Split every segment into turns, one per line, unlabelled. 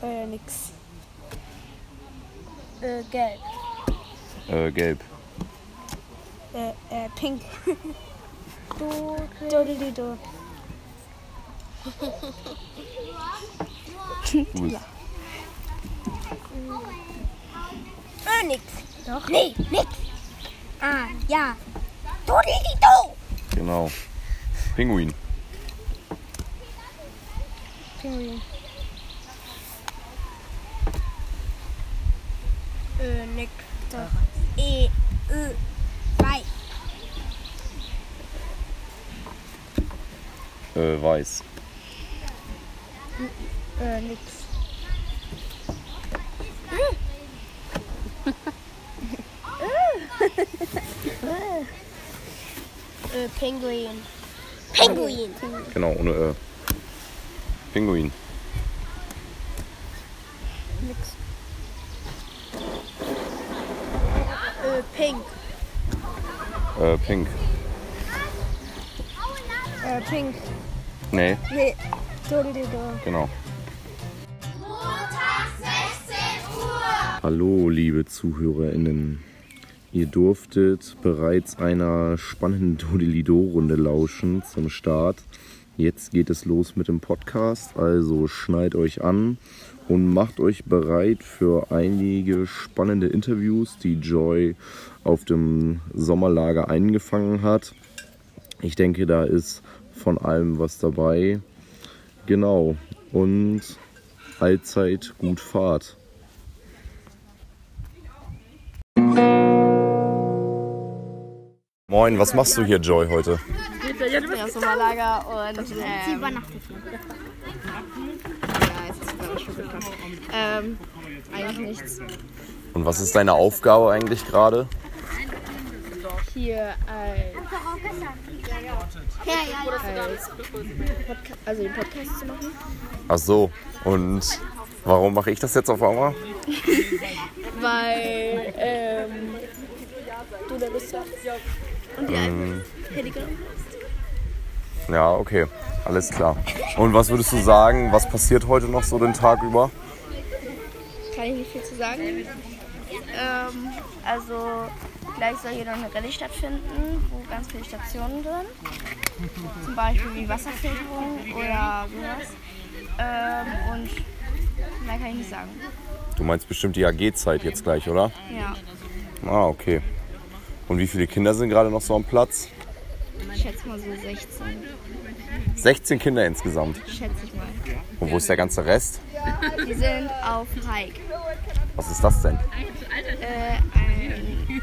Oder nix. Äh, gelb.
Äh, gelb.
Äh, äh, pink. Do, do, do, do, do.
Du bist.
Äh, nix.
Doch.
Nee, nix. Ah, ja. Dodelido.
Genau. Pinguin.
Pinguin.
Äh, nix.
Doch.
E, Ö, Weiß.
Äh, weiß.
Äh, nix.
Äh, Pinguin. Pinguin.
Genau, ohne Ö. Pinguin.
Äh, Pink.
Äh, pink.
Äh, pink.
Nee,
Nee. Do, do, do, do.
genau.
Montag 16 Uhr.
Hallo, liebe ZuhörerInnen. Ihr durftet bereits einer spannenden Dodelido-Runde lauschen zum Start. Jetzt geht es los mit dem Podcast, also schneidet euch an und macht euch bereit für einige spannende Interviews, die Joy auf dem Sommerlager eingefangen hat. Ich denke, da ist von allem was dabei. Genau. Und allzeit gut Fahrt. Moin, was machst du hier, Joy, heute?
Ich bin aus Sommerlager und. Ähm, Sie übernachtet hier. Ja, jetzt ist gerade schon gekommen. Ähm, eigentlich nichts.
Und was ist deine Aufgabe eigentlich gerade?
Hier als, äh, als Podca also den Podcast zu machen.
Ach so, und warum mache ich das jetzt auf einmal?
Weil ähm, du da bist ja. Und die ähm. Telegram.
Ja, okay, alles klar. Und was würdest du sagen, was passiert heute noch so den Tag über?
Kann ich nicht viel zu sagen. Ähm, also gleich soll hier noch eine Rallye stattfinden, wo ganz viele Stationen drin. Zum Beispiel wie Wasserfilterung oder sowas. Ähm, und mehr kann ich nicht sagen.
Du meinst bestimmt die AG-Zeit jetzt gleich, oder?
Ja,
Ah, okay. Und wie viele Kinder sind gerade noch so am Platz?
ich schätze mal so 16.
16 Kinder insgesamt.
Schätze ich mal.
Und wo ist der ganze Rest?
Die sind auf Hike.
Was ist das denn?
Äh, ein,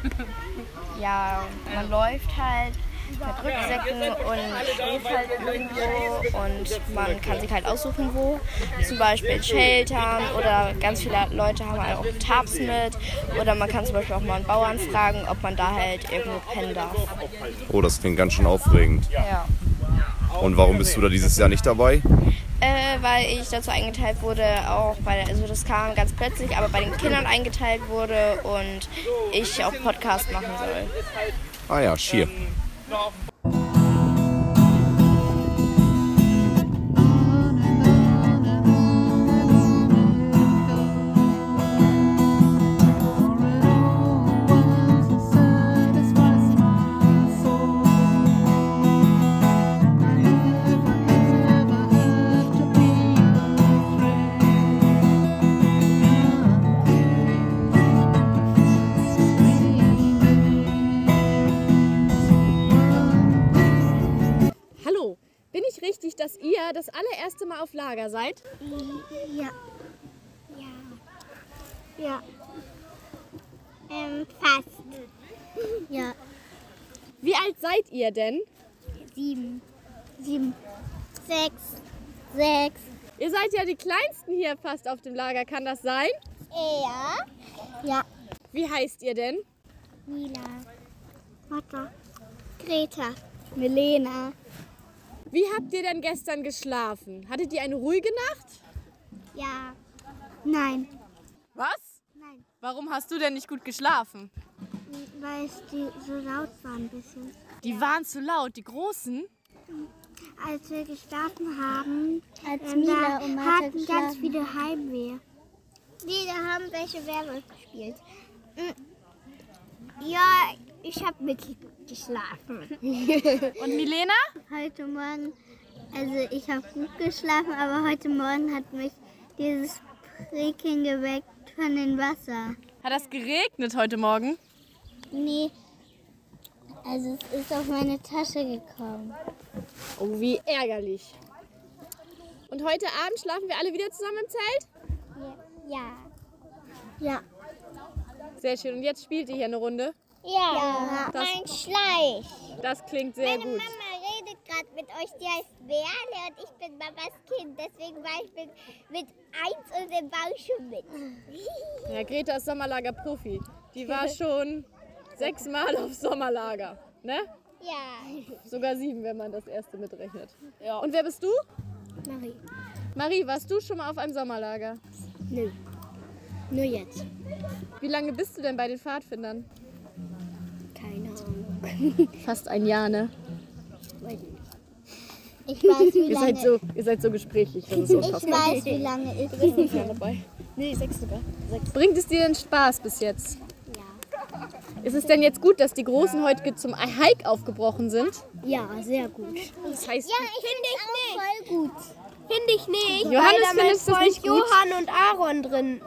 ja, man läuft halt mit Rücksäcken und schläft halt irgendwo und man kann sich halt aussuchen, wo. Zum Beispiel in Sheltern oder ganz viele Leute haben halt auch Tabs mit. Oder man kann zum Beispiel auch mal einen Bauern fragen, ob man da halt irgendwo pennen darf.
Oh, das klingt ganz schön aufregend.
Ja.
Und warum bist du da dieses Jahr nicht dabei?
Äh, weil ich dazu eingeteilt wurde, auch bei, also das kam ganz plötzlich, aber bei den Kindern eingeteilt wurde und ich auch Podcast machen soll.
Ah ja, schier.
Hallo, bin ich richtig, dass ihr das allererste Mal auf Lager seid?
Ja. Ja. Ja. Ähm, fast. Ja.
Wie alt seid ihr denn?
Sieben. Sieben. Sechs. Sechs.
Ihr seid ja die Kleinsten hier fast auf dem Lager, kann das sein?
Ja. Ja.
Wie heißt ihr denn?
Mila. Mutter. Greta. Milena.
Wie habt ihr denn gestern geschlafen? Hattet ihr eine ruhige Nacht?
Ja. Nein.
Was?
Nein.
Warum hast du denn nicht gut geschlafen?
Weil es die so laut war ein bisschen.
Die waren zu laut, die Großen.
als wir geschlafen haben,
Als
ähm,
Mila
da
und Martha
hatten ganz
geschlafen
viele Heimweh.
Nee, da haben welche Werwolf gespielt. Hm. Ja, ich habe mitgeschlafen.
Und Milena?
Heute Morgen, also ich habe gut geschlafen, aber heute Morgen hat mich dieses Prickeln geweckt von dem Wasser.
Hat das geregnet heute Morgen?
Nee, also es ist auf meine Tasche gekommen.
Oh, wie ärgerlich. Und heute Abend schlafen wir alle wieder zusammen im Zelt?
Ja.
Sehr schön. Und jetzt spielt ihr hier eine Runde?
Ja,
Das-
mein Schleich.
Das klingt sehr gut.
Mama redet gerade mit euch, die heißt Merle und ich bin Mamas Kind. Deswegen war ich mit, mit eins und dem Bauch schon mit.
Ja, Greta ist Sommerlager-Profi. Die war schon sechsmal auf Sommerlager. Ne?
Ja.
Sogar sieben, wenn man das erste mitrechnet. Ja. Und wer bist du?
Marie,
Marie, warst du schon mal auf einem Sommerlager?
nur jetzt.
Wie lange bist du denn bei den Pfadfindern?
Keine Ahnung.
Fast ein Jahr, ne?
Ich weiß, wie
Ihr seid,
lange.
so, ihr seid so gesprächig. Das ist
Ich
unfassbar.
weiß, wie lange ich.
dabei. Nee, sechs sogar. Bringt es dir denn Spaß bis jetzt? Ja. Ist es denn jetzt gut, dass die Großen heute zum Hike aufgebrochen sind?
Ja, sehr gut.
Das heißt,
Finde ich nicht.
Voll gut.
Finde ich nicht.
Johannes
weil da mein
findest das
Freund
nicht gut?
Johann und Aaron drin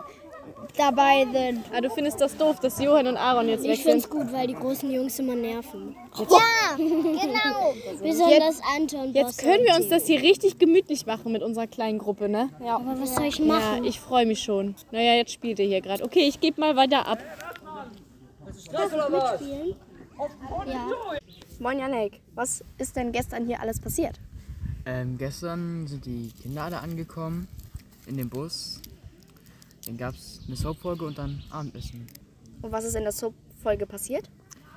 dabei sind.
ah, du findest das doof, dass Johann und Aaron jetzt weg sind.
gut, weil die großen Jungs immer nerven. Ja, genau. Besonders Anton.
Jetzt können wir uns das hier richtig gemütlich machen mit unserer kleinen Gruppe, ne?
Aber was soll ich
Ja, ich freue mich schon. Naja, jetzt spielt ihr hier gerade. Okay, ich gebe mal weiter ab.
Moin Janek, was ist denn gestern hier alles passiert?
Ähm, gestern sind die Kinder alle angekommen in dem Bus. Dann gab es eine Soapfolge und dann Abendessen.
Und was ist in der Soap-Folge passiert?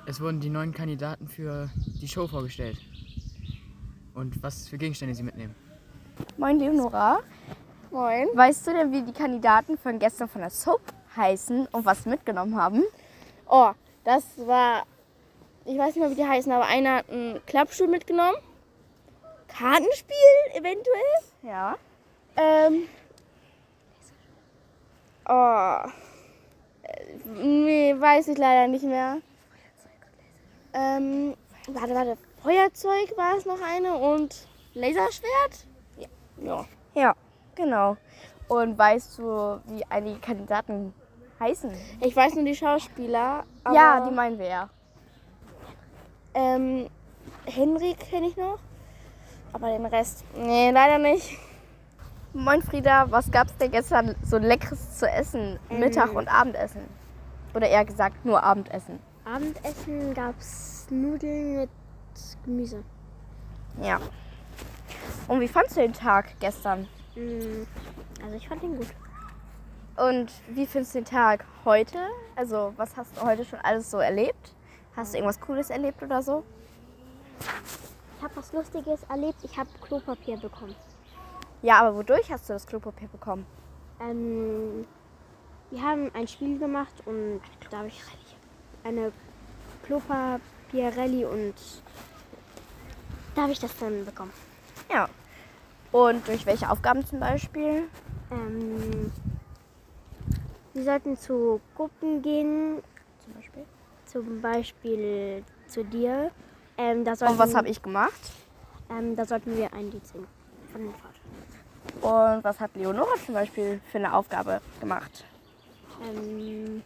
Es wurden die neuen Kandidaten für die Show vorgestellt. Und was für Gegenstände sie mitnehmen.
Moin Leonora. Moin. Weißt du denn, wie die Kandidaten von gestern von der Soap heißen und was mitgenommen haben?
Oh, das war. Ich weiß nicht mehr, wie die heißen, aber einer hat einen Klappstuhl mitgenommen. Kartenspiel eventuell.
Ja.
Ähm. Oh. Äh, Nee, weiß ich leider nicht mehr. Ähm. Warte, warte. Feuerzeug war es noch eine und Laserschwert? Ja.
Ja, genau. Und weißt du, wie einige Kandidaten heißen?
ja. Ich weiß nur die Schauspieler. Aber,
ja, die meinen wir ja.
Ähm. Henrik kenne ich noch. Aber den Rest. Nee, leider nicht.
Moin Frieda, was gab's denn gestern so leckeres zu essen?
Ähm.
Mittag und Abendessen. Oder eher gesagt, nur Abendessen.
Abendessen gab es Nudeln mit Gemüse.
Ja. Und wie fandst du den Tag gestern?
Also ich fand den gut.
Und wie findest du den Tag heute? Also, was hast du heute schon alles so erlebt? Hast du irgendwas Cooles erlebt oder so?
Ich habe was Lustiges erlebt. Ich habe Klopapier bekommen.
Ja, aber wodurch hast du das Klopapier bekommen?
Ähm, wir haben ein Spiel gemacht und da habe ich eine Klopapier-Rallye und da habe ich das dann bekommen.
Ja. Und durch welche Aufgaben zum Beispiel?
Ähm, wir sollten zu Gruppen gehen,
Zum Beispiel.
zum Beispiel zu dir. Ähm, da sollten,
Und was habe ich gemacht?
Ähm, da sollten wir ein Lied singen von den Fahrt.
Und was hat Leonora zum Beispiel für eine Aufgabe gemacht?
Ähm,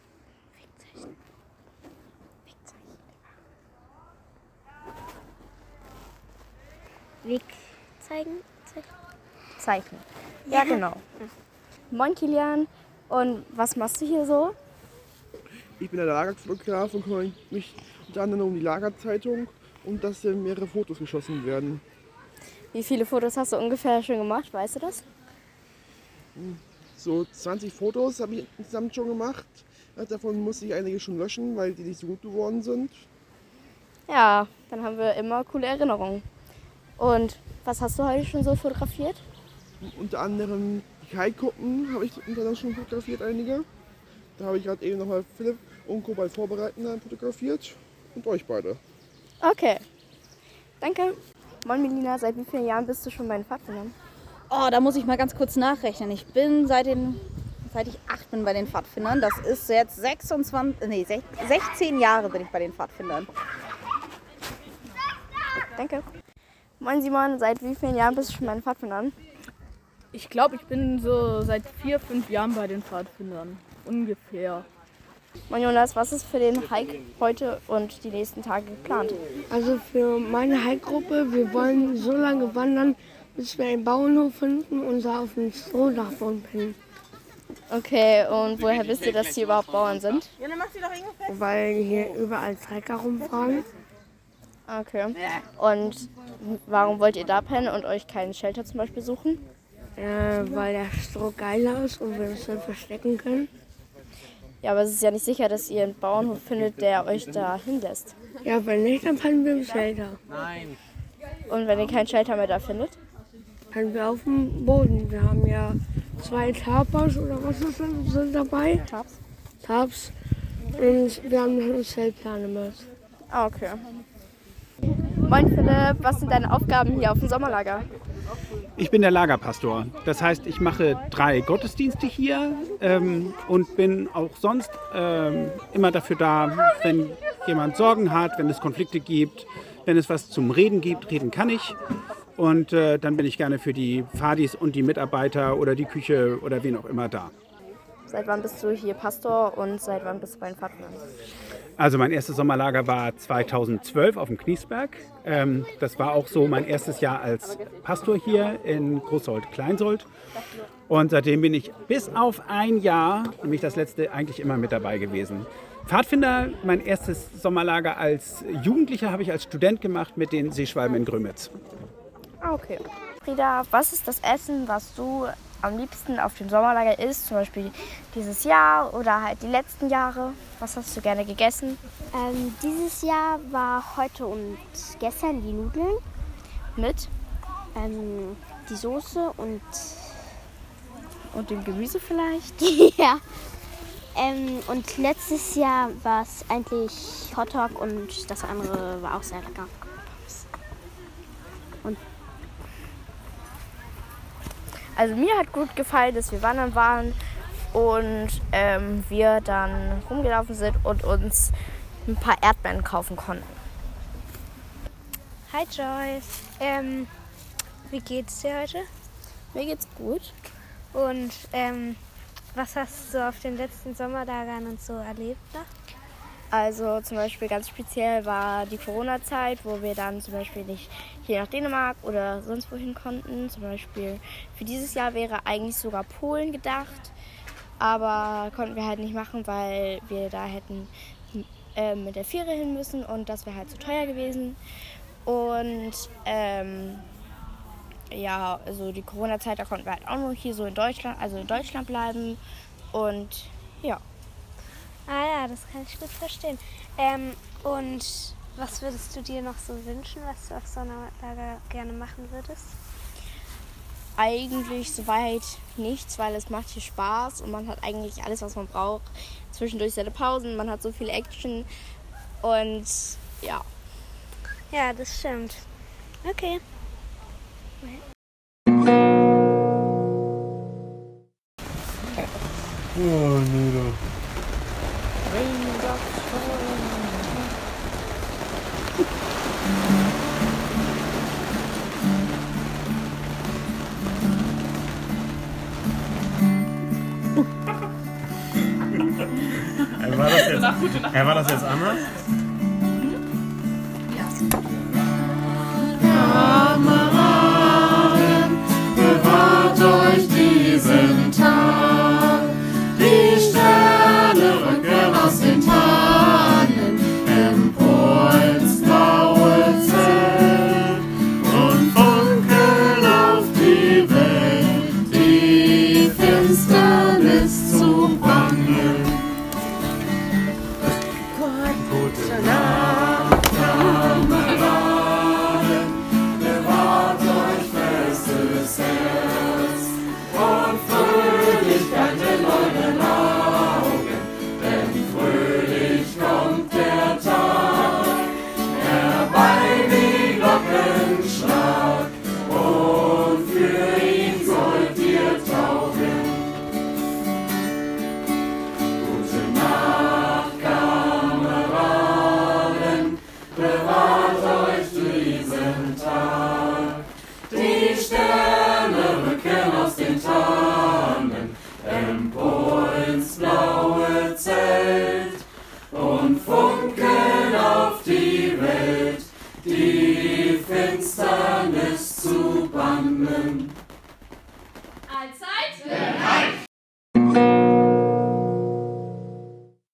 Weg zeigen?
Zeichnen. Ja, genau. Moin Kilian. Und was machst du hier so?
Ich bin der Lagerfotograf und kümmere mich unter anderem um die Lagerzeitung und dass hier mehrere Fotos geschossen werden.
Wie viele Fotos hast du ungefähr schon gemacht? Weißt du das?
So 20 Fotos habe ich insgesamt schon gemacht. Davon musste ich einige schon löschen, weil die nicht so gut geworden sind.
Ja, dann haben wir immer coole Erinnerungen. Und was hast du heute schon so fotografiert?
Unter anderem die Kaikuppen habe ich unter anderem schon fotografiert, einige. Da habe ich gerade eben nochmal Philipp und Co. bei Vorbereiten dann fotografiert und euch beide.
Okay. Danke. Moin Melina, seit wie vielen Jahren bist du schon bei den Pfadfindern?
Oh, da muss ich mal ganz kurz nachrechnen. Ich bin seit den seit ich acht bin bei den Pfadfindern. Das ist jetzt 26, nee, sech- 16 Jahre bin ich bei den Pfadfindern.
Danke. Moin Simon, seit wie vielen Jahren bist du schon bei den Pfadfindern?
Ich glaube, ich bin so seit vier, fünf Jahren bei den Pfadfindern. Ungefähr.
Moin Jonas, was ist für den Hike heute und die nächsten Tage geplant?
Also für meine Hike-Gruppe, wir wollen so lange wandern, bis wir einen Bauernhof finden und da auf dem Strohdachboden pennen.
Okay, und woher wisst ihr, dass hier überhaupt Bauern sind?
Weil hier überall Trecker rumfahren.
Okay. Und warum wollt ihr da pennen und euch keinen Shelter zum Beispiel suchen?
Äh, weil der Stroh geiler ist und wir uns dann verstecken können.
Ja, aber es ist ja nicht sicher, dass ihr einen Bauernhof findet, der euch da hinlässt.
Ja, wenn nicht, dann pennen wir im Shelter.
Nein. Und wenn ihr keinen Shelter mehr da findet?
Pennen wir auf dem Boden. Wir haben ja zwei Tapas oder was ist denn, sind dabei?
Taps.
Taps. Und wir haben noch eine Zeltplane mit.
Ah, okay. Moin Philipp, was sind deine Aufgaben hier auf dem Sommerlager?
Ich bin der Lagerpastor. Das heißt, ich mache drei Gottesdienste hier ähm, und bin auch sonst ähm, immer dafür da, wenn jemand Sorgen hat, wenn es Konflikte gibt, wenn es was zum Reden gibt. Reden kann ich. Und äh, dann bin ich gerne für die Fadis und die Mitarbeiter oder die Küche oder wen auch immer da.
Seit wann bist du hier Pastor und seit wann bist du bei den Pfadfindern?
Also mein erstes Sommerlager war 2012 auf dem Kniesberg. Ähm, das war auch so mein erstes Jahr als Pastor hier in Großsold-Kleinsold. Und seitdem bin ich bis auf ein Jahr, nämlich das letzte, eigentlich immer mit dabei gewesen. Pfadfinder, mein erstes Sommerlager als Jugendlicher habe ich als Student gemacht mit den Seeschwalben in Grömitz.
Ah, okay. Frieda, was ist das Essen, was du am liebsten auf dem Sommerlager isst? Zum Beispiel dieses Jahr oder halt die letzten Jahre? Was hast du gerne gegessen?
Ähm, dieses Jahr war heute und gestern die Nudeln.
Mit?
Ähm, die Soße und.
Und dem Gemüse vielleicht?
ja. Ähm, und letztes Jahr war es eigentlich Hotdog und das andere war auch sehr lecker.
Und also mir hat gut gefallen, dass wir wandern waren und ähm, wir dann rumgelaufen sind und uns ein paar Erdbeeren kaufen konnten.
Hi Joyce. Ähm, wie geht's dir heute?
Mir geht's gut.
Und ähm, was hast du auf den letzten Sommerlagern und so erlebt? Noch?
Also zum Beispiel ganz speziell war die Corona-Zeit, wo wir dann zum Beispiel nicht hier nach Dänemark oder sonst wohin konnten. Zum Beispiel für dieses Jahr wäre eigentlich sogar Polen gedacht, aber konnten wir halt nicht machen, weil wir da hätten äh, mit der Fähre hin müssen und das wäre halt zu teuer gewesen. Und ähm, ja, also die Corona-Zeit, da konnten wir halt auch nur hier so in Deutschland, also in Deutschland bleiben und ja.
Ah ja, das kann ich gut verstehen. Ähm, und was würdest du dir noch so wünschen, was du auf Sommerlager gerne machen würdest?
eigentlich soweit nichts, weil es macht hier Spaß und man hat eigentlich alles, was man braucht. Zwischendurch seine Pausen, man hat so viel Action und ja.
Ja, das stimmt. Okay.
Oh, nee, doch. Äh, War das jetzt, äh, war das jetzt Anna?
Kameraden, bewahrt euch diesen Tag. Die Sterne rücken aus den Tannen empor ins blaue Zelt und funkeln auf die Welt, die Finsternis zu wandeln. Gute Nacht, Kameraden. Bewahrt euch festes Herz und füllt
Johannes zu bannen.
Allzeit bereit!